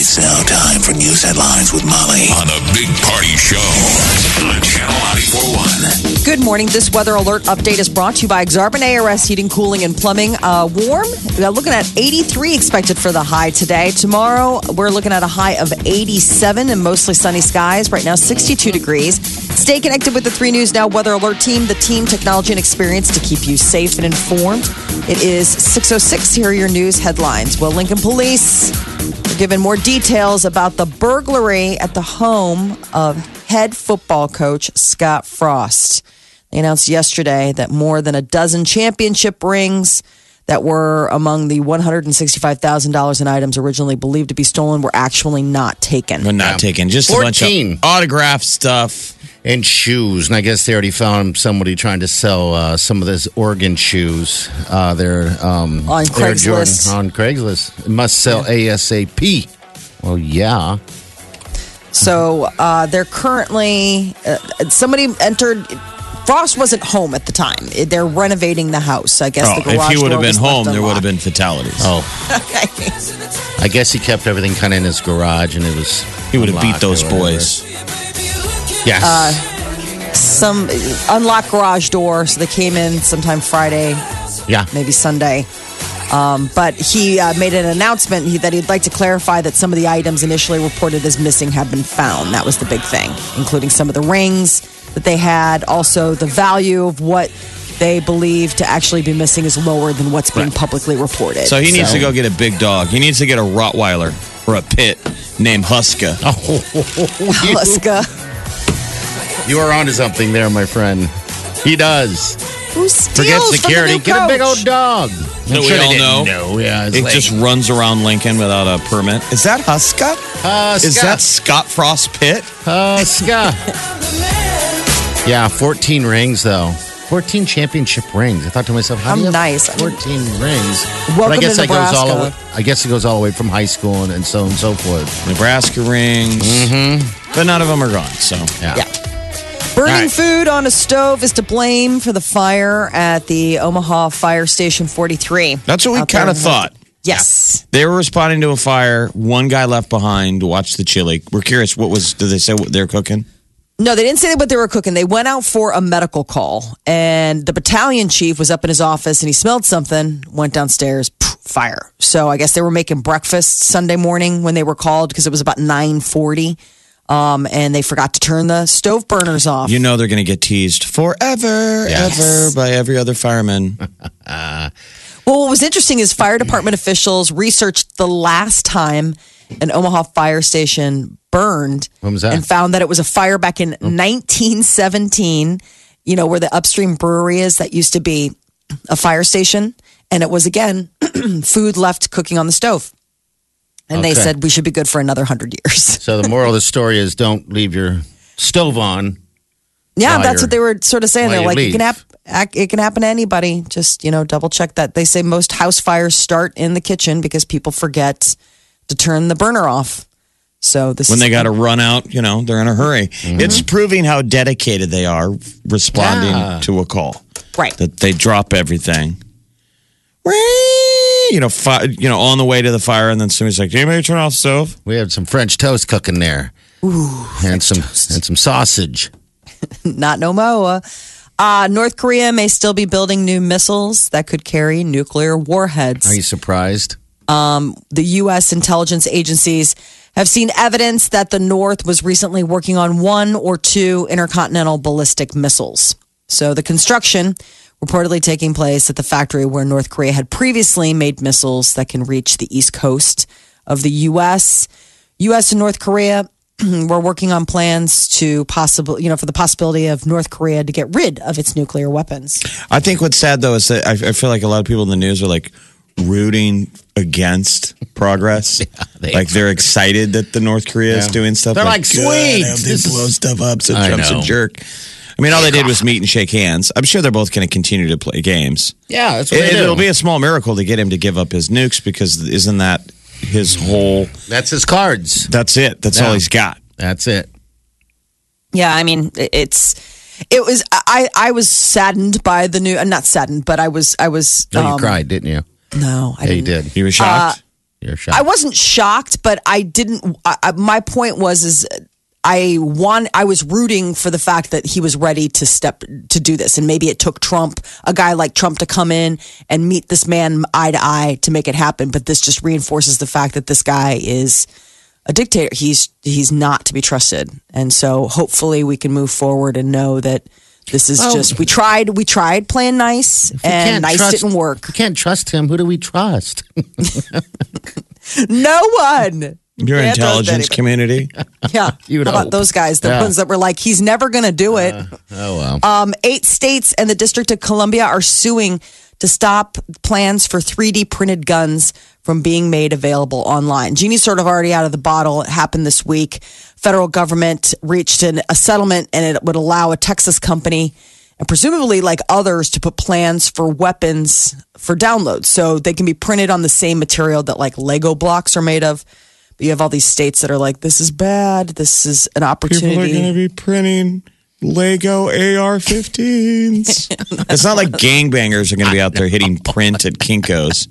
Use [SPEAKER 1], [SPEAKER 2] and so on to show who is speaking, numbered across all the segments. [SPEAKER 1] It's now time for news headlines with Molly on a big party show on Channel 941.
[SPEAKER 2] Good morning. This weather alert update is brought to you by Exarban ARS Heating, Cooling, and Plumbing. Uh, warm, we're looking at 83 expected for the high today. Tomorrow, we're looking at a high of 87 and mostly sunny skies. Right now, 62 degrees. Stay connected with the 3 News Now Weather Alert team, the team, technology, and experience to keep you safe and informed. It is 6.06. Here are your news headlines. Well, Lincoln Police we're given more details about the burglary at the home of head football coach Scott Frost. They announced yesterday that more than a dozen championship rings that were among the $165,000 in items originally believed to be stolen were actually not taken.
[SPEAKER 3] But not taken. Just a
[SPEAKER 4] 14.
[SPEAKER 3] bunch of autograph stuff.
[SPEAKER 4] and shoes. And I guess they already found somebody trying to sell uh, some of those Oregon shoes. Uh, they're um,
[SPEAKER 2] On
[SPEAKER 4] they're Jordan-
[SPEAKER 2] Craigslist.
[SPEAKER 4] on Craigslist, It must sell ASAP. Well, yeah.
[SPEAKER 2] So uh, they're currently, uh, somebody entered. Frost wasn't home at the time. They're renovating the house. I guess
[SPEAKER 3] Oh,
[SPEAKER 2] the garage
[SPEAKER 3] if he would
[SPEAKER 2] door
[SPEAKER 3] have been
[SPEAKER 2] was
[SPEAKER 3] home,
[SPEAKER 2] left
[SPEAKER 3] there would have
[SPEAKER 2] unlocked.
[SPEAKER 3] been fatalities.
[SPEAKER 4] Oh,
[SPEAKER 2] Okay.
[SPEAKER 4] I guess he kept everything kind of in his garage, and it was
[SPEAKER 3] he would have beat
[SPEAKER 4] unlocked or
[SPEAKER 3] those
[SPEAKER 4] whatever.
[SPEAKER 3] boys.
[SPEAKER 4] Yes.
[SPEAKER 2] Uh, some unlocked garage door. So they came in sometime Friday,
[SPEAKER 4] yeah.
[SPEAKER 2] maybe Sunday. Um, but he uh, made an announcement he, that he'd like to clarify that some of the items initially reported as missing have been found. That was the big thing, including some of the rings that they had. Also, the value of what they believe to actually be missing is lower than what's being publicly reported.
[SPEAKER 3] So he needs to go get a big dog. He needs to get a Rottweiler or a pit named Huska.
[SPEAKER 2] Huska.
[SPEAKER 4] Oh, You are onto something there, my friend. He does.
[SPEAKER 2] Who steals
[SPEAKER 4] Forget
[SPEAKER 2] from the
[SPEAKER 4] security.
[SPEAKER 2] new
[SPEAKER 4] Get a big
[SPEAKER 2] coach?
[SPEAKER 4] old dog.
[SPEAKER 3] That we all know.
[SPEAKER 4] No, yeah. It's
[SPEAKER 3] It
[SPEAKER 4] like,
[SPEAKER 3] just runs around Lincoln without a permit. Is that Huska?
[SPEAKER 4] uh,
[SPEAKER 3] Is
[SPEAKER 4] Scott.
[SPEAKER 3] that Scott Frost Pit?
[SPEAKER 4] Uh, Scott. yeah, 14 rings, though. 14 championship rings. I thought to myself, how
[SPEAKER 2] I'm
[SPEAKER 4] do you have
[SPEAKER 2] nice. I mean-
[SPEAKER 4] 14 rings.
[SPEAKER 2] Welcome
[SPEAKER 4] I guess
[SPEAKER 2] to
[SPEAKER 4] that goes all the way,
[SPEAKER 2] Nebraska.
[SPEAKER 4] I guess it goes all the way from high school and, and so and so forth.
[SPEAKER 3] Nebraska rings. Mm-hmm. But none of them are gone. So
[SPEAKER 4] Yeah.
[SPEAKER 2] Yeah. Burning
[SPEAKER 4] All right.
[SPEAKER 2] food on a stove is to blame for the fire at the Omaha Fire Station 43.
[SPEAKER 3] that's what we
[SPEAKER 2] Out there
[SPEAKER 3] kind of
[SPEAKER 2] in-
[SPEAKER 3] thought.
[SPEAKER 2] Yes.
[SPEAKER 3] They were responding to a fire. One guy left behind to watch the chili. We're curious. What was? Did they say what they're cooking?
[SPEAKER 2] No, they didn't say what they were cooking. They went out for a medical call, and the battalion chief was up in his office and he smelled something, went downstairs, pff, fire. So I guess they were making breakfast Sunday morning when they were called because it was about 940. Um, and they forgot to turn the stove burners off.
[SPEAKER 3] You know they're going to get teased forever,
[SPEAKER 4] Yes.
[SPEAKER 3] ever by every other fireman.
[SPEAKER 2] Well, what was interesting is fire department officials researched the last time an Omaha fire station burned
[SPEAKER 4] When was that? Oh.
[SPEAKER 2] and found that it was a fire back in 1917, you know, where the upstream brewery is that used to be a fire station. And it was, again, food left cooking on the stove. And they
[SPEAKER 4] Okay.
[SPEAKER 2] said we should be good for another 100 years.
[SPEAKER 4] So the moral of the story is don't leave your stove on.
[SPEAKER 2] Yeah,
[SPEAKER 4] While
[SPEAKER 2] that's
[SPEAKER 4] you're-
[SPEAKER 2] what they were sort of saying.
[SPEAKER 4] while
[SPEAKER 2] They're
[SPEAKER 4] you
[SPEAKER 2] like, it can,
[SPEAKER 4] leave.
[SPEAKER 2] hap- ac- it can happen to anybody. Just, you know, double check that. They say most house fires start in the kitchen because people forget to turn the burner off. So this
[SPEAKER 3] when
[SPEAKER 2] is
[SPEAKER 3] they got to run out, you know, they're in a hurry.
[SPEAKER 4] Mm-hmm.
[SPEAKER 3] It's proving how dedicated they are responding to a call.
[SPEAKER 2] right.
[SPEAKER 3] That they drop everything. Whee! You know, fi- you know, on the way to the fire, and then somebody's like, "Did anybody turn off the stove?"
[SPEAKER 4] We had some French toast cooking there. Ooh. And some and some sausage.
[SPEAKER 2] Not no more. Uh, North Korea may still be building new missiles that could carry nuclear warheads.
[SPEAKER 4] Are you surprised?
[SPEAKER 2] the U.S. intelligence agencies have seen evidence that the North was recently working on one or two intercontinental ballistic missiles. So the construction reportedly taking place at the factory where North Korea had previously made missiles that can reach the east coast of the U.S. U.S. and North Korea were working on plans to possible, you know, for the possibility of North Korea to get rid of its nuclear weapons.
[SPEAKER 3] I think what's sad though is that I, I feel like a lot of people in the news are like, rooting against progress.
[SPEAKER 4] they
[SPEAKER 3] like they're excited that the North Korea is
[SPEAKER 4] Yeah.
[SPEAKER 3] doing stuff.
[SPEAKER 4] They're like,
[SPEAKER 3] "God,
[SPEAKER 4] sweet,
[SPEAKER 3] I hope they
[SPEAKER 4] this
[SPEAKER 3] blow
[SPEAKER 4] is-
[SPEAKER 3] stuff up. So
[SPEAKER 4] I
[SPEAKER 3] Trump's
[SPEAKER 4] know.
[SPEAKER 3] a jerk. I mean, all they did was meet and shake hands. I'm sure they're both going to continue to play games.
[SPEAKER 4] Yeah, that's what
[SPEAKER 3] It-
[SPEAKER 4] Oh, they do.
[SPEAKER 3] it'll be a small miracle to get him to give up his nukes because isn't that his whole?
[SPEAKER 4] that's his cards.
[SPEAKER 3] That's it. That's all
[SPEAKER 4] Yeah.
[SPEAKER 3] he's got.
[SPEAKER 4] That's it.
[SPEAKER 2] Yeah, I mean, it- it's it was I I was saddened by the new uh, not saddened, but I was I was
[SPEAKER 4] No, you
[SPEAKER 2] um,
[SPEAKER 4] cried, didn't you?
[SPEAKER 2] No, I
[SPEAKER 4] Yeah, you
[SPEAKER 2] didn't.
[SPEAKER 4] did.
[SPEAKER 3] You were shocked.
[SPEAKER 4] You're
[SPEAKER 2] I
[SPEAKER 4] shocked.
[SPEAKER 2] wasn't shocked, but I didn't. I, I- my point was is I want I was rooting for the fact that he was ready to step to do this, and maybe it took Trump, a guy like Trump, to come in and meet this man eye to eye to make it happen. But this just reinforces the fact that this guy is a dictator. He's he's not to be trusted, and so hopefully we can move forward and know that. This is
[SPEAKER 4] Well-
[SPEAKER 2] just we tried we tried playing nice
[SPEAKER 4] We
[SPEAKER 2] and
[SPEAKER 4] can't
[SPEAKER 2] nice
[SPEAKER 4] trust-
[SPEAKER 2] didn't work.
[SPEAKER 4] We can't trust him. Who do we trust?
[SPEAKER 2] No one.
[SPEAKER 3] Your
[SPEAKER 2] Can't trust
[SPEAKER 3] intelligence
[SPEAKER 2] anybody.
[SPEAKER 3] community.
[SPEAKER 2] Yeah.
[SPEAKER 4] You would
[SPEAKER 2] How about
[SPEAKER 4] hope.
[SPEAKER 2] those guys, the
[SPEAKER 4] Yeah.
[SPEAKER 2] ones that were like, he's never going to do it.
[SPEAKER 4] Oh well.
[SPEAKER 2] Um, eight states and the District of Columbia are suing to stop plans for 3D printed guns from being made available online. Genie's sort of already out of the bottle. It happened this week. Federal government reached an, a settlement and it would allow a Texas company and presumably like others to put plans for weapons for download. So they can be printed on the same material that like Lego blocks are made of. But you have all these states that are like, this is bad. This is an opportunity.
[SPEAKER 3] People are going to be printing Lego AR-15s. it's not like gangbangers are going to be out there hitting print at Kinkos.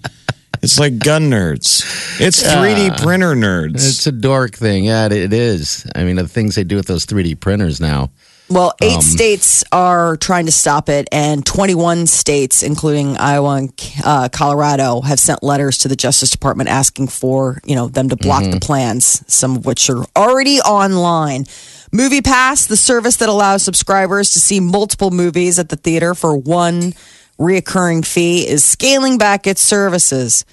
[SPEAKER 3] It's like gun nerds. It's 3D printer nerds.
[SPEAKER 4] It's a dork thing. Yeah, it- it is. I mean, the things they do with those 3D printers now.
[SPEAKER 2] Well, eight states are trying to stop it, and 21 states, including Iowa and uh, Colorado, have sent letters to the Justice Department asking for you know them to block the plans, some of which are already online. Movie Pass, the service that allows subscribers to see multiple movies at the theater for one reoccurring fee, is scaling back its services.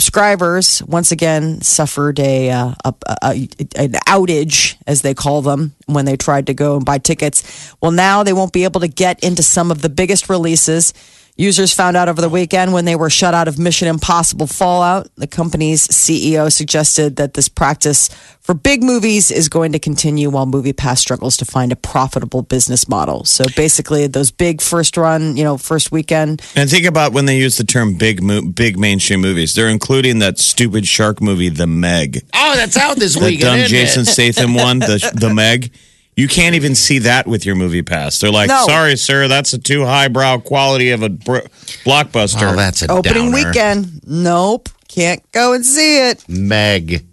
[SPEAKER 2] Subscribers once again suffered a, uh, a, a- an outage, as they call them, when they tried to go and buy tickets. Well, now they won't be able to get into some of the biggest releases. Users found out over the weekend when they were shut out of Mission Impossible Fallout. The company's CEO suggested that this practice for big movies is going to continue while MoviePass struggles to find a profitable business model. So basically, those big first run, you know, first weekend
[SPEAKER 3] and think about when they use the term big mo- big mainstream movies. They're including that stupid shark movie, The Meg.
[SPEAKER 4] Oh, that's out this
[SPEAKER 3] That
[SPEAKER 4] weekend.
[SPEAKER 3] dumb
[SPEAKER 4] isn't
[SPEAKER 3] Jason
[SPEAKER 4] it?
[SPEAKER 3] Statham one, the, the Meg. You can't even see that with your movie pass. They're like,
[SPEAKER 2] No.
[SPEAKER 3] sorry, sir, that's a too highbrow quality of a bro- blockbuster.
[SPEAKER 4] Oh, that's a
[SPEAKER 2] opening
[SPEAKER 4] downer.
[SPEAKER 2] weekend. Nope, can't go and see it.
[SPEAKER 4] Meg.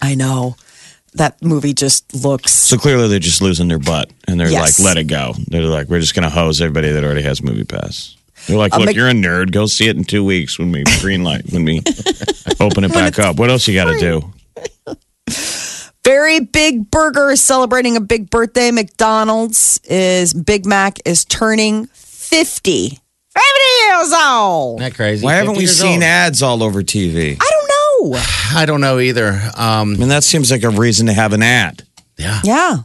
[SPEAKER 2] I know. That movie just looks.
[SPEAKER 3] So clearly they're just losing their butt and they're
[SPEAKER 2] Yes.
[SPEAKER 3] like, let it go. They're like, we're just going to hose everybody that already has movie pass. They're like,
[SPEAKER 2] I'll
[SPEAKER 3] look,
[SPEAKER 2] make-
[SPEAKER 3] you're a nerd. Go see it in two weeks when we green light, when we open it back up. What else you got to do?
[SPEAKER 2] Very Big Burger is celebrating a big birthday. McDonald's is Big Mac is turning 50. 50 years old.
[SPEAKER 4] Isn't that crazy?
[SPEAKER 3] Why haven't
[SPEAKER 4] 50
[SPEAKER 3] we
[SPEAKER 4] years
[SPEAKER 3] seen
[SPEAKER 4] old.
[SPEAKER 3] ads all over TV? I
[SPEAKER 2] I don't know.
[SPEAKER 4] I don't know either. Um,
[SPEAKER 3] mean, that seems like a reason to have an ad.
[SPEAKER 2] Yeah.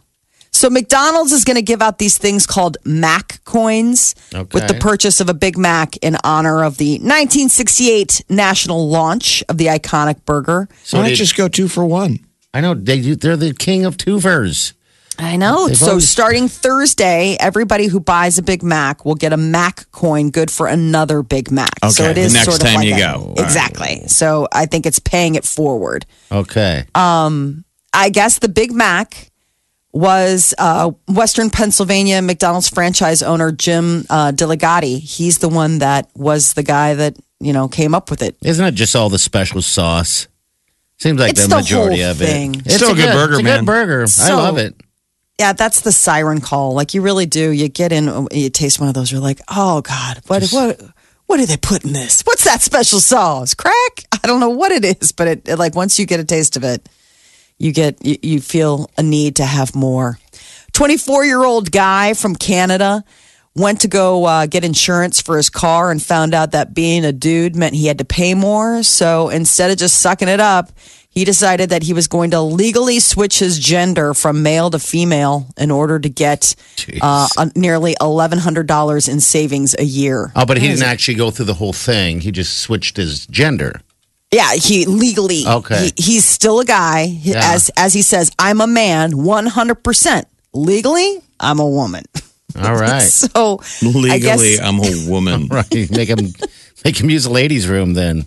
[SPEAKER 2] So McDonald's is going to give out these things called Mac coins with the
[SPEAKER 4] Okay.
[SPEAKER 2] purchase of a Big Mac in honor of the 1968 national launch of the iconic burger.
[SPEAKER 3] So Why not
[SPEAKER 4] did-
[SPEAKER 3] just go two for one?
[SPEAKER 4] I know they do, they're the king of twofers.
[SPEAKER 2] I know.
[SPEAKER 4] They've
[SPEAKER 2] so
[SPEAKER 4] always-
[SPEAKER 2] starting Thursday, everybody who buys a Big Mac will get a Mac coin good for another Big Mac. so
[SPEAKER 3] Okay,
[SPEAKER 2] it is
[SPEAKER 3] the next
[SPEAKER 2] sort of
[SPEAKER 3] time
[SPEAKER 2] like
[SPEAKER 3] you
[SPEAKER 2] a-
[SPEAKER 3] go.
[SPEAKER 2] Exactly. So I think it's paying it forward.
[SPEAKER 4] Okay.
[SPEAKER 2] I guess the Big Mac was uh, Western Pennsylvania McDonald's franchise owner Jim uh, Delegati. He's the one that was the guy that you know came up with it.
[SPEAKER 4] Isn't it just all the special sauce? Seems like
[SPEAKER 2] It's
[SPEAKER 4] the,
[SPEAKER 2] the
[SPEAKER 4] majority
[SPEAKER 2] whole
[SPEAKER 4] of
[SPEAKER 2] thing.
[SPEAKER 4] it. It's
[SPEAKER 3] Still a good burger,
[SPEAKER 4] it's a
[SPEAKER 3] man.
[SPEAKER 4] good burger. I
[SPEAKER 2] So-
[SPEAKER 4] love it.
[SPEAKER 2] Yeah, that's the siren call. Like you really do. You get in, oh, you taste one of those. You're like, oh god, what what what do they put in this? What's that special sauce? Crack? I don't know what it is, but it, it like once you get a taste of it, you get you, you feel a need to have more. 24 year old guy from Canada went to go uh, get insurance for his car and found out that being a dude meant he had to pay more. So instead of just sucking it up, he He decided that he was going to legally switch his gender from male to female in order to get uh, nearly $1,100 in savings a year.
[SPEAKER 4] Oh, but he didn't actually go through the whole thing. He just switched his gender.
[SPEAKER 2] Yeah, he legally.
[SPEAKER 4] Okay.
[SPEAKER 2] He, he's still a guy. He-
[SPEAKER 4] Yeah.
[SPEAKER 2] As as he says, I'm a man 100%. Legally, I'm a woman.
[SPEAKER 4] All right.
[SPEAKER 2] So I
[SPEAKER 3] Legally,
[SPEAKER 2] guess,
[SPEAKER 3] I'm a woman.
[SPEAKER 4] right. Make him make him use the ladies' room then.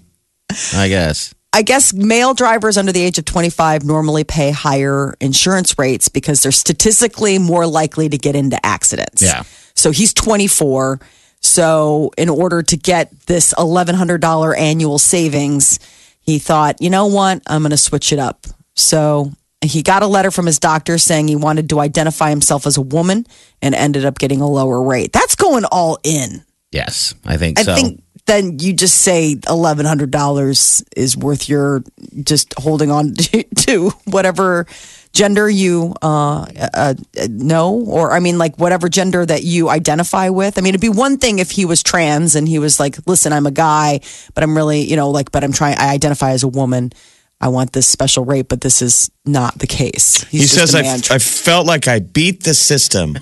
[SPEAKER 4] I guess.
[SPEAKER 2] I guess male drivers under the age of 25 normally pay higher insurance rates because they're statistically more likely to get into accidents.
[SPEAKER 4] Yeah.
[SPEAKER 2] So he's 24. So in order to get this $1,100 annual savings, he thought, you know what? I'm going to switch it up. So he got a letter from his doctor saying he wanted to identify himself as a woman and ended up getting a lower rate. That's going all in.
[SPEAKER 4] Yes, I think
[SPEAKER 2] I
[SPEAKER 4] so.
[SPEAKER 2] think then you just say eleven hundred dollars is worth your just holding on to, to whatever gender you uh, uh, uh, know, or I mean, like whatever gender that you identify with. I mean, it'd be one thing if he was trans and he was like, "Listen, I'm a guy, but I'm really, you know, like, but I'm trying. I identify as a woman. I want this special rate, but this is not the case."
[SPEAKER 3] He says,
[SPEAKER 2] I.
[SPEAKER 3] I, I felt like I beat the system.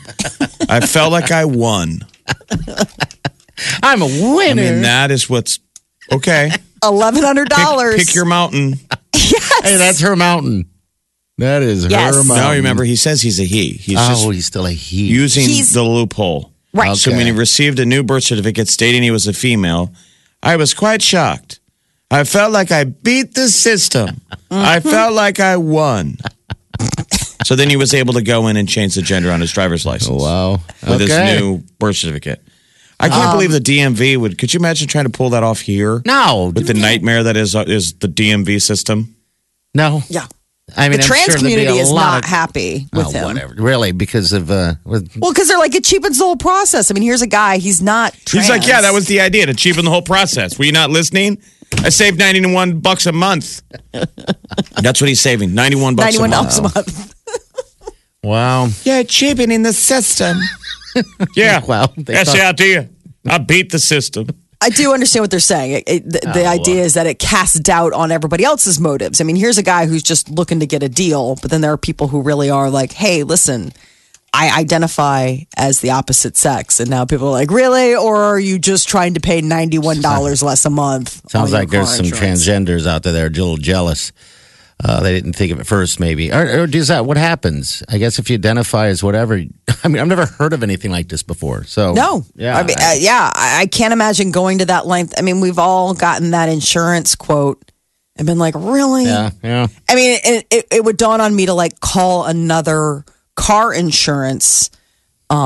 [SPEAKER 3] I felt like I won.
[SPEAKER 4] I'm a winner.
[SPEAKER 3] I mean, that is what's okay.
[SPEAKER 2] Eleven hundred
[SPEAKER 3] Pick,
[SPEAKER 2] dollars.
[SPEAKER 3] pick your mountain.
[SPEAKER 4] hey, that's her mountain. That is
[SPEAKER 2] Yes.
[SPEAKER 4] her mountain.
[SPEAKER 3] Now remember, he says he's a he. He's
[SPEAKER 4] Um, Oh,
[SPEAKER 3] just
[SPEAKER 4] he's still a he.
[SPEAKER 3] using
[SPEAKER 2] He's-
[SPEAKER 3] the loophole.
[SPEAKER 2] Right.
[SPEAKER 3] So when he received a new birth certificate stating he was a female, I was quite shocked. I felt like I beat the system. I felt like I won. so then he was able to go in and change the gender on his driver's license
[SPEAKER 4] Wow.
[SPEAKER 3] with
[SPEAKER 4] Okay. Um,
[SPEAKER 3] his new birth certificate. I can't believe the DMV would. Could you imagine trying to pull that off here
[SPEAKER 4] No.
[SPEAKER 3] with the nightmare that is uh, is the DMV system?
[SPEAKER 4] No.
[SPEAKER 2] yeah.
[SPEAKER 4] I mean,
[SPEAKER 2] the
[SPEAKER 4] I'm
[SPEAKER 2] trans
[SPEAKER 4] sure there'd be
[SPEAKER 2] community
[SPEAKER 4] a
[SPEAKER 2] is
[SPEAKER 4] lot
[SPEAKER 2] not
[SPEAKER 4] of-
[SPEAKER 2] happy with
[SPEAKER 4] Oh,
[SPEAKER 2] him.
[SPEAKER 4] whatever. Really, because of uh, with,
[SPEAKER 2] Well, because they're like it cheapens the whole process. I mean, here's a guy; he's not. Trans.
[SPEAKER 3] He's like, yeah, that was the idea to cheapen the whole process. Were you not listening? I saved ninety one bucks a month. That's what he's saving ninety one bucks
[SPEAKER 2] ninety-one
[SPEAKER 3] a month.
[SPEAKER 2] dollars a month.
[SPEAKER 4] wow.
[SPEAKER 3] Yeah, cheapening the system. yeah,
[SPEAKER 4] Well, they
[SPEAKER 3] that's the
[SPEAKER 4] thought-
[SPEAKER 3] idea. I beat the system.
[SPEAKER 2] I do understand what they're saying. It, it, the the
[SPEAKER 4] Oh,
[SPEAKER 2] idea is that it casts doubt on everybody else's motives. I mean, here's a guy who's just looking to get a deal, but then there are people who really are like, "Hey, listen, I identify as the opposite sex," and now people are like, "Really? Or are you just trying to pay ninety-one dollars less a month?" on
[SPEAKER 4] Sounds
[SPEAKER 2] your
[SPEAKER 4] like there's
[SPEAKER 2] car
[SPEAKER 4] some
[SPEAKER 2] insurance?
[SPEAKER 4] transgenders out there that are a little jealous. Uh, they didn't think of it first, maybe. Or, or is that what happens? I guess if you identify as whatever, I mean, I've never heard of anything like this before. So
[SPEAKER 2] No.
[SPEAKER 4] yeah,
[SPEAKER 2] I mean, uh, yeah. I, I can't imagine going to that length. I mean, we've all gotten that insurance quote and been like, really?
[SPEAKER 4] yeah, yeah.
[SPEAKER 2] I mean, it, it, it would dawn on me to like call another car insurance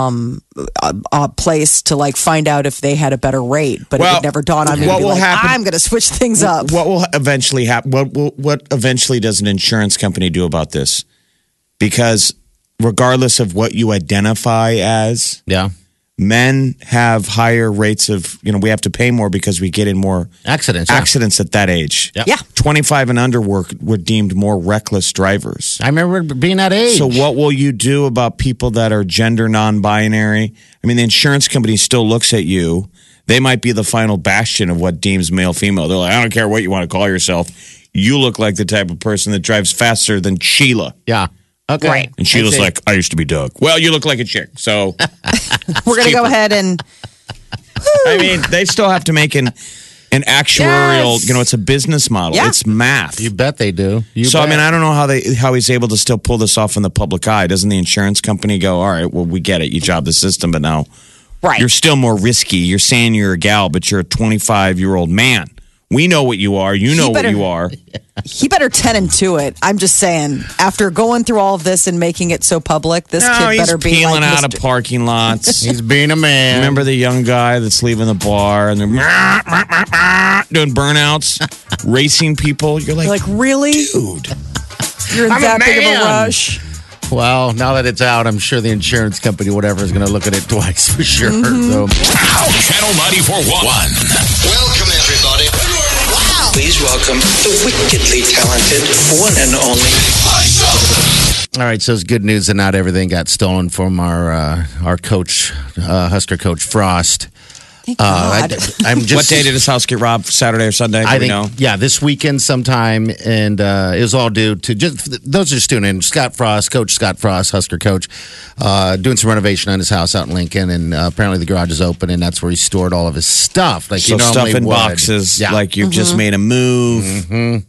[SPEAKER 2] um a, a place to like find out if they had a better rate but it
[SPEAKER 3] Well,
[SPEAKER 2] would never dawn on me
[SPEAKER 3] what
[SPEAKER 2] to be
[SPEAKER 3] will
[SPEAKER 2] like,
[SPEAKER 3] happen-
[SPEAKER 2] i'm gonna switch things up
[SPEAKER 3] Uh, What will eventually happen? What will, what eventually does an insurance company do about this? Because regardless of what you identify as,
[SPEAKER 4] Yeah.
[SPEAKER 3] men have higher rates of you know we have to pay more because we get in more
[SPEAKER 4] Accidents. yeah.
[SPEAKER 3] accidents at that age.
[SPEAKER 4] Yeah.
[SPEAKER 2] yeah
[SPEAKER 3] 25 and under were, were deemed more reckless drivers.
[SPEAKER 4] I remember being that age.
[SPEAKER 3] So, what will you do about people that are gender non binary? I mean, the insurance company still looks at you. They might be the final bastion of what deems male female. They're like, I don't care what you want to call yourself. You look like the type of person that drives faster than Sheila.
[SPEAKER 4] Yeah. Okay. Right.
[SPEAKER 3] And Sheila's like, I used to be Doug. Well, you look like a chick. So,
[SPEAKER 2] we're gonna go ahead and
[SPEAKER 3] I mean, they still have to make an, an actuarial,
[SPEAKER 2] Yes.
[SPEAKER 3] you know, it's a business model,
[SPEAKER 2] Yeah.
[SPEAKER 3] it's math.
[SPEAKER 4] you bet they do. You
[SPEAKER 3] so I
[SPEAKER 4] bet.
[SPEAKER 3] mean, I don't know how they how he's able to still pull this off in the public eye. Doesn't the insurance company go, all right, well, we get it, you job the system, but now
[SPEAKER 2] right
[SPEAKER 3] you're still more risky. You're saying you're a gal, but you're a 25 year old man. We know what you are. You know
[SPEAKER 2] better-
[SPEAKER 3] what you are.
[SPEAKER 2] he better tend to it i'm just saying after going through all of this and making it so public this
[SPEAKER 3] No,
[SPEAKER 2] kid
[SPEAKER 3] he's
[SPEAKER 2] better be
[SPEAKER 3] peeling
[SPEAKER 2] like
[SPEAKER 3] out
[SPEAKER 2] Mr.
[SPEAKER 3] of parking lots.
[SPEAKER 4] He's being a man.
[SPEAKER 3] Remember the young guy that's leaving the bar and they're doing burnouts, racing people. You're like,
[SPEAKER 2] You're like, really?
[SPEAKER 3] dude.
[SPEAKER 2] You're in
[SPEAKER 4] I'm a
[SPEAKER 2] that big of
[SPEAKER 4] man."
[SPEAKER 2] a rush?
[SPEAKER 4] Well, now that it's out, I'm sure the insurance company, whatever, is going to look at it twice for sure.
[SPEAKER 2] Mm-hmm.
[SPEAKER 4] So.
[SPEAKER 1] Channel 941.
[SPEAKER 5] Welcome, everybody. Wow. Please welcome the wickedly talented one and only.
[SPEAKER 4] All right, so it's good news that not everything got stolen from our uh, our coach, uh, Husker coach Frost.
[SPEAKER 2] Thank
[SPEAKER 4] Uh,
[SPEAKER 2] God.
[SPEAKER 4] I, am just
[SPEAKER 3] what day did his house get robbed? Saturday or Sunday? Do
[SPEAKER 4] I
[SPEAKER 3] we
[SPEAKER 4] think
[SPEAKER 3] know?
[SPEAKER 4] yeah, this weekend sometime, and uh, it was all due to just those are just tuning in. Scott Frost, Coach Scott Frost, Husker coach, uh, doing some renovation on his house out in Lincoln, and uh, apparently the garage is open, and that's where he stored all of his stuff, like
[SPEAKER 3] So
[SPEAKER 4] he normally
[SPEAKER 3] stuff in
[SPEAKER 4] would.
[SPEAKER 3] boxes,
[SPEAKER 4] Yeah. Mm-hmm.
[SPEAKER 3] like you've
[SPEAKER 2] Mm-hmm.
[SPEAKER 3] just made a move.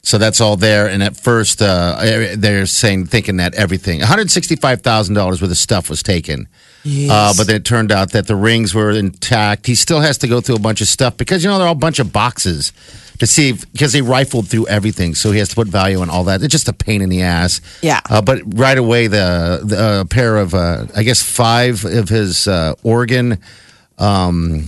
[SPEAKER 4] So that's all there. And at first, uh, they're saying, thinking that everything, $165,000 worth of stuff was taken. Uh, but then it turned out that the rings were intact. He still has to go through a bunch of stuff because, you know, they're all a bunch of boxes to see, because they rifled through everything. So he has to put value on all that. It's just a pain in the ass.
[SPEAKER 2] Yeah.
[SPEAKER 4] Uh, but right away, the, the uh, pair of, uh, I guess, five of his uh, Oregon. Um,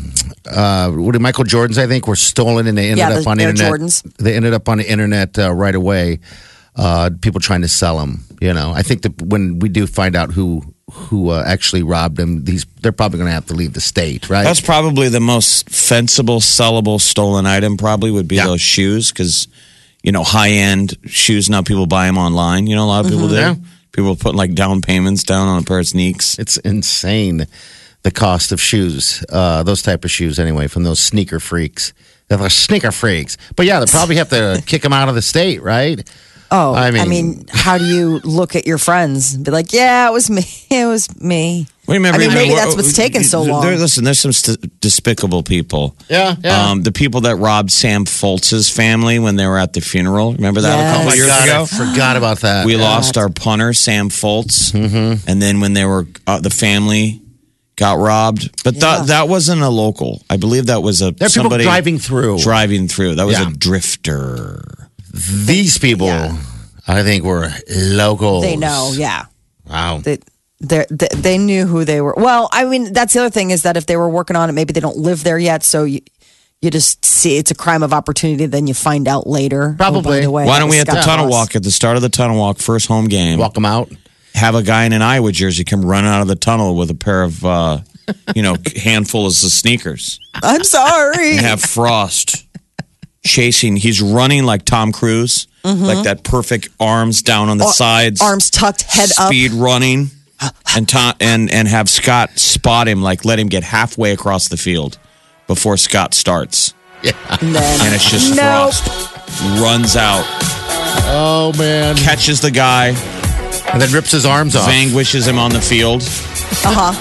[SPEAKER 4] uh, what are Michael Jordan's? I think were stolen and they ended
[SPEAKER 2] Yeah,
[SPEAKER 4] up
[SPEAKER 2] the
[SPEAKER 4] on
[SPEAKER 2] Air
[SPEAKER 4] internet.
[SPEAKER 2] Jordans.
[SPEAKER 4] They ended up on the internet uh, right away. Uh, people trying to sell them. You know, I think that when we do find out who who uh, actually robbed them, these they're probably going to have to leave the state, right?
[SPEAKER 3] That's probably the most fenceable, sellable, stolen item. Probably would be
[SPEAKER 4] Yeah.
[SPEAKER 3] those shoes because you know high end shoes now people buy them online. You know a lot of people do.
[SPEAKER 4] Mm-hmm. Yeah.
[SPEAKER 3] People are putting like down payments down on a pair of sneaks.
[SPEAKER 4] it's insane the cost of shoes, uh, those type of shoes anyway, from those sneaker freaks. They're sneaker freaks, but yeah, they probably have to kick them out of the state, right?
[SPEAKER 2] oh,
[SPEAKER 4] I
[SPEAKER 2] I
[SPEAKER 4] mean-
[SPEAKER 2] mean, how do you look at your friends and be like, yeah, it was me. It was me.
[SPEAKER 3] What do you
[SPEAKER 2] I
[SPEAKER 3] remember?
[SPEAKER 2] mean, maybe
[SPEAKER 3] we're-
[SPEAKER 2] that's what's taken so long.
[SPEAKER 3] There, listen, there's some st- despicable people.
[SPEAKER 4] Yeah, yeah.
[SPEAKER 3] Um, the people that robbed Sam Foltz's family when they were at the funeral. Remember that a
[SPEAKER 2] Yes.
[SPEAKER 3] couple
[SPEAKER 2] Oh my
[SPEAKER 3] years
[SPEAKER 4] God,
[SPEAKER 3] ago?
[SPEAKER 4] I forgot about that.
[SPEAKER 3] We
[SPEAKER 4] Mm-hmm.
[SPEAKER 3] lost our punter Sam Foltz, and then when they were uh, the family got robbed, but that that wasn't a local. I believe that was a
[SPEAKER 4] There are people
[SPEAKER 3] somebody
[SPEAKER 4] driving through.
[SPEAKER 3] driving through. That was
[SPEAKER 4] Yeah.
[SPEAKER 3] a drifter.
[SPEAKER 4] These people, I think, were locals.
[SPEAKER 2] They know. Yeah.
[SPEAKER 4] Wow.
[SPEAKER 2] They, they're- they, they knew who they were. Well, I mean, that's the other thing is that if they were working on it, maybe they don't live there yet. So you, you just see it's a crime of opportunity. Then you find out later. Oh, by
[SPEAKER 4] Probably.
[SPEAKER 2] the way,
[SPEAKER 3] Why don't we
[SPEAKER 2] that
[SPEAKER 3] at the
[SPEAKER 2] was Scott
[SPEAKER 3] tunnel
[SPEAKER 2] Ross.
[SPEAKER 3] walk at the start of the tunnel walk, first home game,
[SPEAKER 4] Walk them out.
[SPEAKER 3] have a guy in an Iowa jersey come run out of the tunnel with a pair of uh, you know handfuls of sneakers
[SPEAKER 2] I'm sorry.
[SPEAKER 3] and have Frost chasing. He's running like Tom Cruise,
[SPEAKER 4] Mm-hmm.
[SPEAKER 3] like that perfect arms down on the sides,
[SPEAKER 2] Arms tucked, head up.
[SPEAKER 3] speed running and Tom, and and have Scott spot him like let him get halfway across the field before Scott starts
[SPEAKER 2] And then-
[SPEAKER 3] and it's just
[SPEAKER 2] Nope.
[SPEAKER 3] Frost runs out
[SPEAKER 4] Oh, man.
[SPEAKER 3] catches the guy
[SPEAKER 4] And then rips his arms off.
[SPEAKER 3] vanquishes him on the field uh-huh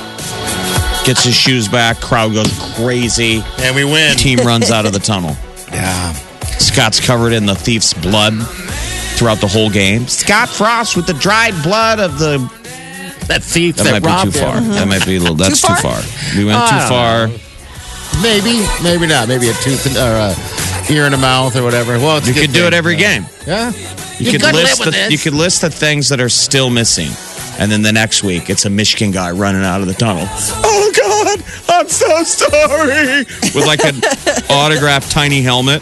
[SPEAKER 3] gets his shoes back crowd goes crazy
[SPEAKER 4] And we win.
[SPEAKER 3] team runs out of the tunnel
[SPEAKER 4] Yeah.
[SPEAKER 3] Scott's covered in the thief's blood throughout the whole game Scott Frost with the dried blood of the
[SPEAKER 4] That thief
[SPEAKER 3] that,
[SPEAKER 4] that,
[SPEAKER 3] might
[SPEAKER 4] robbed
[SPEAKER 3] be too far
[SPEAKER 4] him.
[SPEAKER 3] that might be a little that's too far,
[SPEAKER 2] far?
[SPEAKER 3] we went
[SPEAKER 4] I
[SPEAKER 3] too
[SPEAKER 4] don't
[SPEAKER 3] far
[SPEAKER 4] Maybe. Maybe not. Maybe a tooth in, or a ear in a mouth or whatever. Well, it's a
[SPEAKER 3] you
[SPEAKER 4] good
[SPEAKER 3] could do it
[SPEAKER 4] thing.
[SPEAKER 3] every game
[SPEAKER 4] Yeah.
[SPEAKER 3] You,
[SPEAKER 4] You
[SPEAKER 3] could
[SPEAKER 4] could
[SPEAKER 3] list
[SPEAKER 4] live with
[SPEAKER 3] the,
[SPEAKER 4] this.
[SPEAKER 3] you could list the things that are still missing, and then the next week it's a Michigan guy running out of the tunnel. Oh God, I'm so sorry. With like an autographed tiny helmet.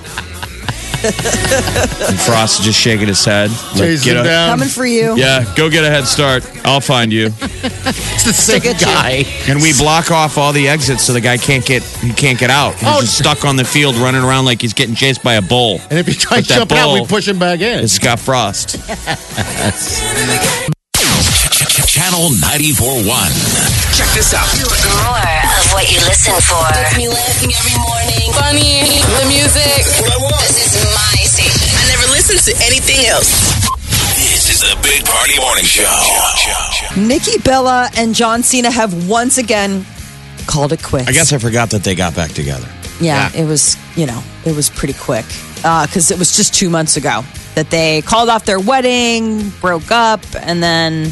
[SPEAKER 3] and Frost is just shaking his head. Like,
[SPEAKER 4] Chase
[SPEAKER 3] "Get
[SPEAKER 4] him
[SPEAKER 3] a-
[SPEAKER 4] down.
[SPEAKER 2] Coming for you.
[SPEAKER 3] Yeah, go get a head start. I'll find you.
[SPEAKER 4] It's the same
[SPEAKER 2] at you.
[SPEAKER 4] guy.
[SPEAKER 3] And we block off all the exits so the guy can't get he can't get out. He's
[SPEAKER 4] Oh.
[SPEAKER 3] just stuck on the field running around like he's getting chased by a bull.
[SPEAKER 4] And if he
[SPEAKER 3] But
[SPEAKER 4] tries to
[SPEAKER 3] that
[SPEAKER 4] jump out, we
[SPEAKER 3] ball
[SPEAKER 4] push him back in.
[SPEAKER 3] It's Scott Frost.
[SPEAKER 1] Channel 94.1.
[SPEAKER 6] Check this out.
[SPEAKER 7] More of what you listen for.
[SPEAKER 6] Makes me laughing every morning. Funny. The music. This is my station. I never listen to anything else.
[SPEAKER 1] This is the Big Party Morning Show.
[SPEAKER 2] Nikki Bella and John Cena have once again called it quits.
[SPEAKER 3] I guess I forgot that they got back together.
[SPEAKER 2] Yeah,
[SPEAKER 4] Yeah.
[SPEAKER 2] it was, you know, it was pretty quick because it was just two months ago that they called off their wedding, broke up, and then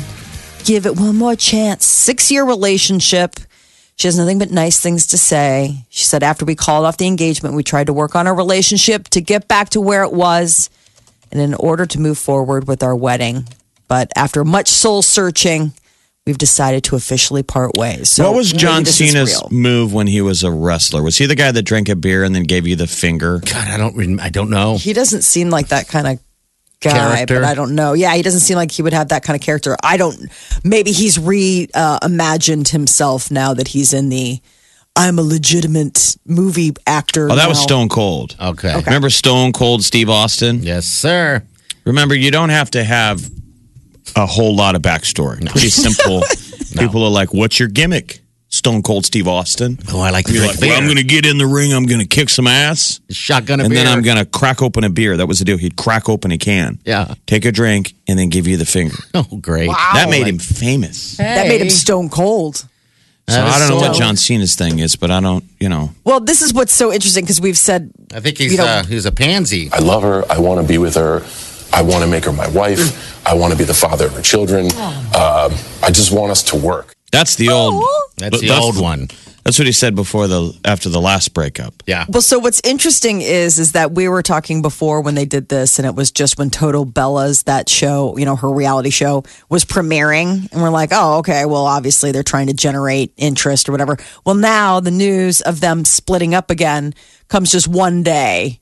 [SPEAKER 2] give it one more chance. Six year relationship. She has nothing but nice things to say. She said, after we called off the engagement, we tried to work on our relationship to get back to where it was and in order to move forward with our wedding. But after much soul searching, we've decided to officially part ways. So
[SPEAKER 3] What was
[SPEAKER 2] maybe
[SPEAKER 3] John
[SPEAKER 2] this is
[SPEAKER 3] Cena's
[SPEAKER 2] real.
[SPEAKER 3] move when he was a wrestler? Was he the guy that drank a beer and then gave you the finger?
[SPEAKER 4] God, I don't. Rem- I don't know.
[SPEAKER 2] he doesn't seem like that kind of guy
[SPEAKER 4] Character.
[SPEAKER 2] but i don't know yeah he doesn't seem like he would have that kind of character i don't maybe he's re uh, imagined himself now that he's in the i'm a legitimate movie actor
[SPEAKER 3] Oh, that was
[SPEAKER 2] now.
[SPEAKER 3] Stone Cold.
[SPEAKER 4] Okay.
[SPEAKER 3] Remember Stone Cold Steve Austin?
[SPEAKER 4] Yes, sir.
[SPEAKER 3] Remember, you don't have to have a whole lot of backstory. Pretty simple. People are like, what's your gimmick? Stone Cold Steve Austin.
[SPEAKER 4] Oh, I like to
[SPEAKER 3] You're
[SPEAKER 4] drink
[SPEAKER 3] like,
[SPEAKER 4] beer.
[SPEAKER 3] well, I'm going to get in the ring. I'm going to kick some ass.
[SPEAKER 4] shotgun a
[SPEAKER 3] and
[SPEAKER 4] beer.
[SPEAKER 3] then I'm going to crack open a beer. That was the deal. He'd crack open a can.
[SPEAKER 4] Yeah.
[SPEAKER 3] Take a drink and then give you the finger.
[SPEAKER 4] Oh, great.
[SPEAKER 3] that made him famous.
[SPEAKER 2] That made him stone cold.
[SPEAKER 3] So
[SPEAKER 4] That is
[SPEAKER 3] I don't know
[SPEAKER 4] so-
[SPEAKER 3] what John Cena's thing is, but I don't, you know.
[SPEAKER 2] Well, this is what's so interesting because we've said
[SPEAKER 4] I think he's
[SPEAKER 2] You know-
[SPEAKER 4] uh, he's a pansy.
[SPEAKER 8] I love her. I want to be with her. I want to make her my wife. I want to be the father of her children.
[SPEAKER 1] Oh.
[SPEAKER 8] Um I just want us to work.
[SPEAKER 3] That's the old.
[SPEAKER 2] Oh.
[SPEAKER 4] That's the
[SPEAKER 3] that's-
[SPEAKER 4] old one.
[SPEAKER 3] That's what he said before the after the last breakup.
[SPEAKER 4] Yeah.
[SPEAKER 2] Well, so what's interesting is is that we were talking before when they did this, and it was just when Toto Bella's that show, you know, her reality show was premiering, and we're like, oh, okay, well, obviously they're trying to generate interest or whatever. Well, now the news of them splitting up again comes just one day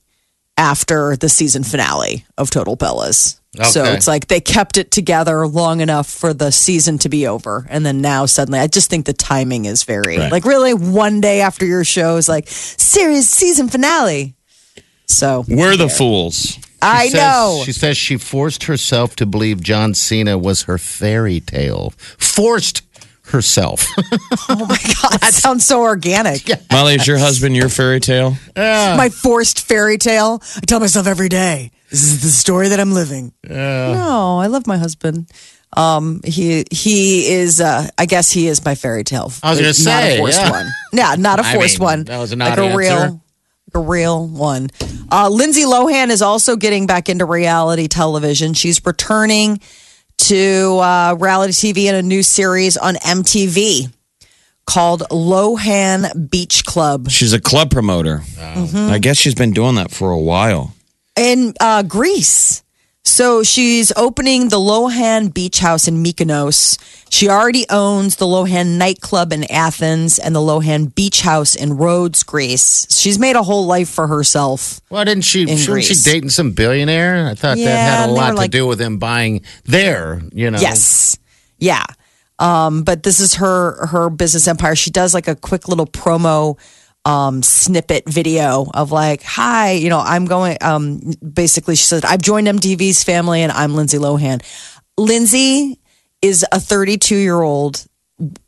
[SPEAKER 2] after the season finale of Total Bellas. So
[SPEAKER 4] Okay.
[SPEAKER 2] it's like they kept it together long enough for the season to be over. And then now suddenly, I just think the timing is very,
[SPEAKER 3] Right.
[SPEAKER 2] like, really one day after your show is like, series season finale. So
[SPEAKER 3] We're the fools.
[SPEAKER 2] I
[SPEAKER 4] says-
[SPEAKER 2] know.
[SPEAKER 4] She says she forced herself to believe John Cena was her fairy tale. Forced herself.
[SPEAKER 2] oh my God. That sounds so organic.
[SPEAKER 3] Molly, is your husband your fairy tale?
[SPEAKER 2] My forced fairy tale. I tell myself every day, this is the story that I'm living. No, I love my husband. Um, he he is. Uh, I guess he is my fairy tale.
[SPEAKER 4] I was gonna
[SPEAKER 2] not
[SPEAKER 4] say,
[SPEAKER 2] a forced
[SPEAKER 4] yeah.
[SPEAKER 2] one. Yeah, not a
[SPEAKER 4] I
[SPEAKER 2] forced
[SPEAKER 4] mean,
[SPEAKER 2] one.
[SPEAKER 4] that was an
[SPEAKER 2] like
[SPEAKER 4] odd
[SPEAKER 2] a real,
[SPEAKER 4] answer.
[SPEAKER 2] like a real one. Uh, Lindsay Lohan is also getting back into reality television. She's returning to uh, reality TV in a new series on MTV called Lohan Beach Club.
[SPEAKER 3] She's a club promoter.
[SPEAKER 2] Mm-hmm.
[SPEAKER 3] I guess she's been doing that for a while.
[SPEAKER 2] in uh, Greece. So she's opening the Lohan Beach House in Mykonos. She already owns the Lohan nightclub in Athens and the Lohan Beach House in Rhodes, Greece. She's made a whole life for herself.
[SPEAKER 4] Why didn't she?
[SPEAKER 2] In
[SPEAKER 4] Shouldn't she
[SPEAKER 2] Greece.
[SPEAKER 4] dating some billionaire? I thought that
[SPEAKER 2] Yeah,
[SPEAKER 4] had a
[SPEAKER 2] and they
[SPEAKER 4] lot
[SPEAKER 2] were like-
[SPEAKER 4] to do with him buying there. You know.
[SPEAKER 2] Yes. Yeah. Um, but this is her her business empire. She does like a quick little promo um, snippet video of like, "Hi, you know, I'm going." Um, basically, she said, "I've joined MTV's family, and I'm Lindsay Lohan." Lindsay is a 32 year old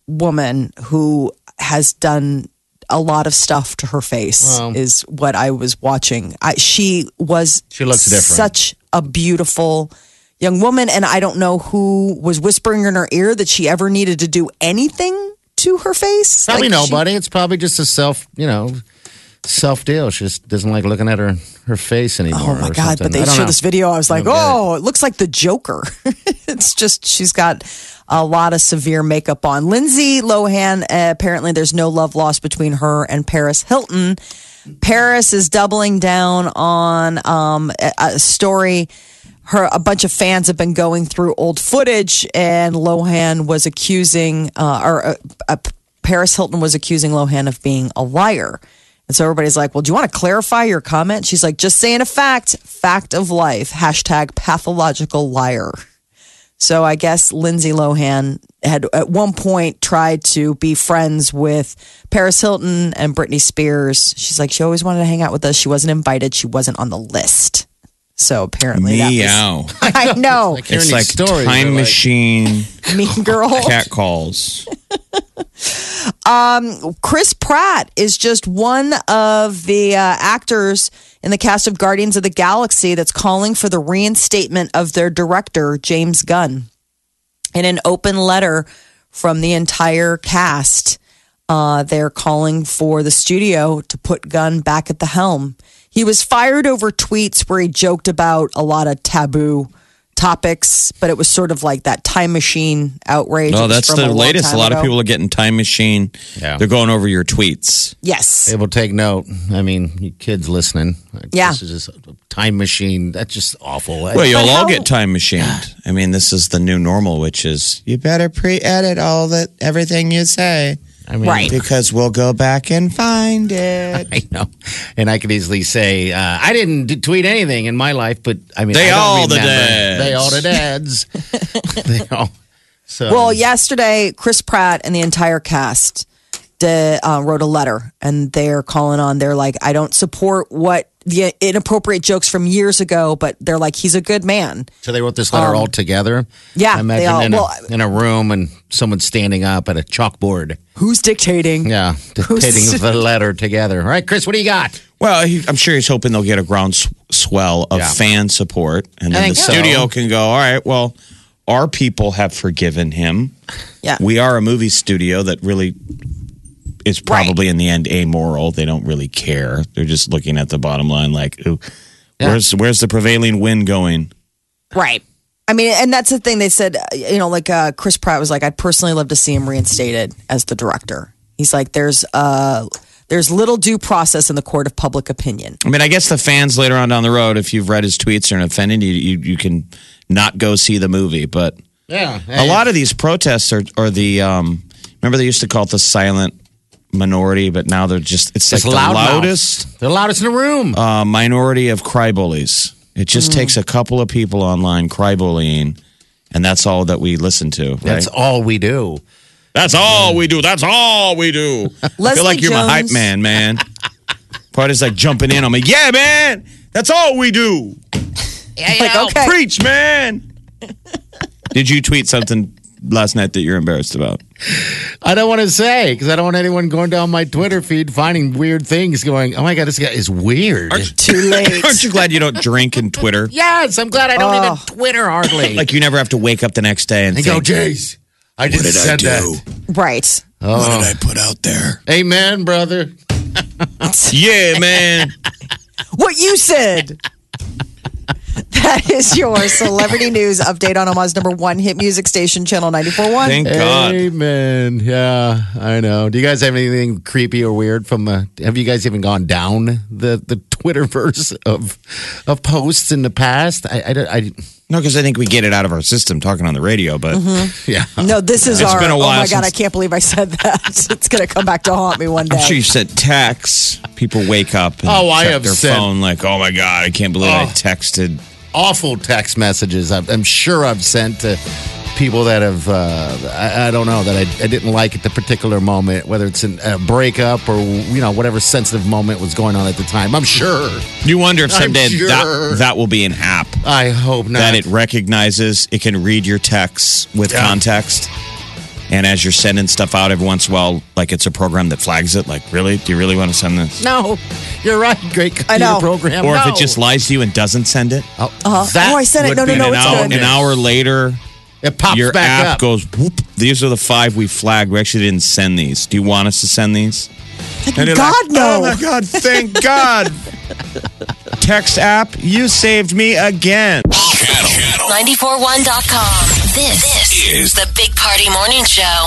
[SPEAKER 2] woman who has done a lot of stuff to her face. Is what I was watching. I, she was
[SPEAKER 4] She looks different.
[SPEAKER 2] such a beautiful young woman. And I don't know who was whispering in her ear that she ever needed to do anything to her face.
[SPEAKER 4] Probably
[SPEAKER 2] Like, she-
[SPEAKER 4] nobody. it's probably just a self. You know. Self deal. She just doesn't like looking at her her face anymore.
[SPEAKER 2] Oh my
[SPEAKER 4] or
[SPEAKER 2] God!
[SPEAKER 4] something.
[SPEAKER 2] But they
[SPEAKER 4] I don't
[SPEAKER 2] showed
[SPEAKER 4] know.
[SPEAKER 2] this video. I was like,
[SPEAKER 4] don't get
[SPEAKER 2] "Oh, it looks like the Joker." it's just she's got a lot of severe makeup on. Lindsay Lohan. Uh, apparently, there's no love lost between her and Paris Hilton. Paris is doubling down on um, a, a story. Her a bunch of fans have been going through old footage, and Lohan was accusing, uh, or uh, uh, Paris Hilton was accusing Lohan of being a liar. And so everybody's like, "Well, do you want to clarify your comment?" She's like, "Just saying a fact, fact of life." Hashtag pathological liar. So I guess Lindsay Lohan had at one point tried to be friends with Paris Hilton and Britney Spears. She's like, she always wanted to hang out with us. She wasn't invited. She wasn't on the list. So apparently, that was-
[SPEAKER 3] Meow.
[SPEAKER 2] I know,
[SPEAKER 4] Hearing
[SPEAKER 3] It's
[SPEAKER 4] these
[SPEAKER 3] like
[SPEAKER 4] stories,
[SPEAKER 3] time
[SPEAKER 4] you're like-
[SPEAKER 3] machine
[SPEAKER 2] mean girl.
[SPEAKER 3] cat calls.
[SPEAKER 2] Chris Pratt is just one of the uh, actors in the cast of Guardians of the Galaxy that's calling for the reinstatement of their director, James Gunn. In an open letter from the entire cast, uh, they're calling for the studio to put Gunn back at the helm. He was fired over tweets where he joked about a lot of taboo topics, but it was sort of like that time machine outrage. It
[SPEAKER 3] No,
[SPEAKER 2] was
[SPEAKER 3] that's
[SPEAKER 2] from
[SPEAKER 3] the
[SPEAKER 2] long
[SPEAKER 3] latest. A
[SPEAKER 2] time
[SPEAKER 3] lot of
[SPEAKER 2] ago.
[SPEAKER 3] people are getting time machine.
[SPEAKER 4] Yeah.
[SPEAKER 3] They're going over your tweets.
[SPEAKER 2] Yes.
[SPEAKER 4] They will take note. I mean, you kids listening.
[SPEAKER 2] Yeah.
[SPEAKER 4] This is just a time machine. That's just awful.
[SPEAKER 3] Well, you'll all
[SPEAKER 2] how-
[SPEAKER 3] get time machined. I mean, this is the new normal, which is you better pre-edit all that everything you say
[SPEAKER 4] I mean,
[SPEAKER 2] Right.
[SPEAKER 3] because we'll go back and find it.
[SPEAKER 4] I know. And I could easily say, uh, I didn't d- tweet anything in my life, but I mean,
[SPEAKER 3] They
[SPEAKER 4] I don't
[SPEAKER 3] all the
[SPEAKER 4] remember.
[SPEAKER 3] dads.
[SPEAKER 4] They all the dads. they all. So,
[SPEAKER 3] Um,
[SPEAKER 2] Well, yesterday, Chris Pratt and the entire cast de, uh, wrote a letter, and they're calling on. They're like, "I don't support what the inappropriate jokes from years ago, but they're like, he's a good man.
[SPEAKER 4] So they wrote this letter
[SPEAKER 2] Um,
[SPEAKER 4] all together.
[SPEAKER 2] yeah,
[SPEAKER 4] I
[SPEAKER 2] they
[SPEAKER 4] imagine
[SPEAKER 2] all-
[SPEAKER 4] in, a,
[SPEAKER 2] well,
[SPEAKER 4] in a room and someone standing up at a chalkboard.
[SPEAKER 2] Who's dictating?
[SPEAKER 4] Yeah, dictating the letter together. All right, Chris, what do you got?
[SPEAKER 3] Well, he, I'm sure he's hoping they'll get a groundswell of
[SPEAKER 4] Yeah.
[SPEAKER 3] fan support, and
[SPEAKER 4] I
[SPEAKER 3] then the
[SPEAKER 4] think so.
[SPEAKER 3] studio can go. All right, well, our people have forgiven him.
[SPEAKER 2] Yeah.
[SPEAKER 3] We are a movie studio that really is probably in the end amoral. They don't really care. They're just looking at the bottom line, like, ooh,
[SPEAKER 4] Yeah.
[SPEAKER 3] where's where's the prevailing wind going?
[SPEAKER 2] Right. I mean, and that's the thing they said, uh, you know, like uh, Chris Pratt was like, I'd personally love to see him reinstated as the director. He's like, there's uh, there's little due process in the court of public opinion.
[SPEAKER 3] I mean, I guess the fans later on down the road, if you've read his tweets or offended you, you, you can not go see the movie. But
[SPEAKER 4] Yeah,
[SPEAKER 3] a lot of these protests are, are the um, remember they used to call it the silent minority, but now they're just it's, like the loudest
[SPEAKER 4] They're loudest in the room.
[SPEAKER 3] uh, minority of cry bullies. It just
[SPEAKER 2] Mm.
[SPEAKER 3] takes a couple of people online cry bullying, and that's all that we listen to. Right?
[SPEAKER 4] That's all we do.
[SPEAKER 3] That's all we do. That's all we do. I
[SPEAKER 2] Leslie
[SPEAKER 3] feel like you're my hype
[SPEAKER 2] Jones-
[SPEAKER 3] man, man. Part is like jumping in on me. Yeah, man. That's all we do.
[SPEAKER 2] like, okay.
[SPEAKER 3] Preach, man. Did you tweet something last night that you're embarrassed about?
[SPEAKER 4] I don't want to say because I don't want anyone going down my Twitter feed finding weird things. Going, oh my god, this guy is weird.
[SPEAKER 2] Too late.
[SPEAKER 3] Aren't you glad you don't drink and Twitter?
[SPEAKER 4] yes, I'm glad I don't even
[SPEAKER 1] Oh.
[SPEAKER 4] Twitter hardly.
[SPEAKER 3] Like you never have to wake up the next day and
[SPEAKER 4] and go,
[SPEAKER 3] think,
[SPEAKER 4] jeez, I just
[SPEAKER 1] What did I
[SPEAKER 4] said
[SPEAKER 1] do?
[SPEAKER 4] that.
[SPEAKER 2] right.
[SPEAKER 1] What did I put out there?
[SPEAKER 4] Amen, brother.
[SPEAKER 3] yeah, man.
[SPEAKER 2] What you said. that is your celebrity news update on Omaha's number one hit music station, Channel 94.1.
[SPEAKER 3] Thank God.
[SPEAKER 4] Amen. Yeah, I know. Do you guys have anything creepy or weird from? Uh, have you guys even gone down the the Twitterverse of of posts in the past? I, I, don't- I
[SPEAKER 3] No, because I think we get it out of our system talking on the radio, but
[SPEAKER 4] yeah.
[SPEAKER 2] No, this is
[SPEAKER 3] It's
[SPEAKER 2] our.
[SPEAKER 3] been a
[SPEAKER 2] oh
[SPEAKER 3] while
[SPEAKER 2] my God,
[SPEAKER 3] since-
[SPEAKER 2] I can't believe I said that. it's going to come back to haunt me one day.
[SPEAKER 3] I'm sure you sent texts. People wake up and
[SPEAKER 4] Oh, I
[SPEAKER 3] check
[SPEAKER 4] have
[SPEAKER 3] their
[SPEAKER 4] sent-
[SPEAKER 3] phone like, oh my God, I can't believe I
[SPEAKER 4] Oh.
[SPEAKER 3] texted.
[SPEAKER 4] awful text messages I've, I'm sure I've sent to people that have, uh, I, I don't know, that I, I didn't like at the particular moment, whether it's an, a breakup or, you know, whatever sensitive moment was going on at the time. I'm sure.
[SPEAKER 3] You wonder if
[SPEAKER 4] I'm
[SPEAKER 3] someday
[SPEAKER 4] sure.
[SPEAKER 3] that, that will be an app
[SPEAKER 4] I hope not.
[SPEAKER 3] that it recognizes, it can read your texts with
[SPEAKER 4] Yeah.
[SPEAKER 3] context. And as you're sending stuff out every once in a while, like it's a program that flags it, like, really? Do you really want to send this?
[SPEAKER 4] no, you're right. Great computer
[SPEAKER 2] I know.
[SPEAKER 4] program.
[SPEAKER 3] Or if
[SPEAKER 4] No.
[SPEAKER 3] it just lies to you and doesn't send it.
[SPEAKER 4] oh,
[SPEAKER 2] Uh-huh.
[SPEAKER 4] that
[SPEAKER 2] Oh, I sent it.
[SPEAKER 4] would
[SPEAKER 2] No, no,
[SPEAKER 4] be
[SPEAKER 3] and
[SPEAKER 2] no,
[SPEAKER 3] an,
[SPEAKER 2] it's
[SPEAKER 3] hour,
[SPEAKER 2] good.
[SPEAKER 3] an hour later,
[SPEAKER 4] It pops
[SPEAKER 3] your
[SPEAKER 4] back
[SPEAKER 3] app
[SPEAKER 4] up.
[SPEAKER 3] goes, whoop, these are the five we flagged. We actually didn't send these. Do you want us to send these? And you're
[SPEAKER 2] God, no.
[SPEAKER 3] Oh my God, thank God. Text app, you saved me again.
[SPEAKER 1] Channel
[SPEAKER 7] 941.com. This, this is the Big Party Morning Show.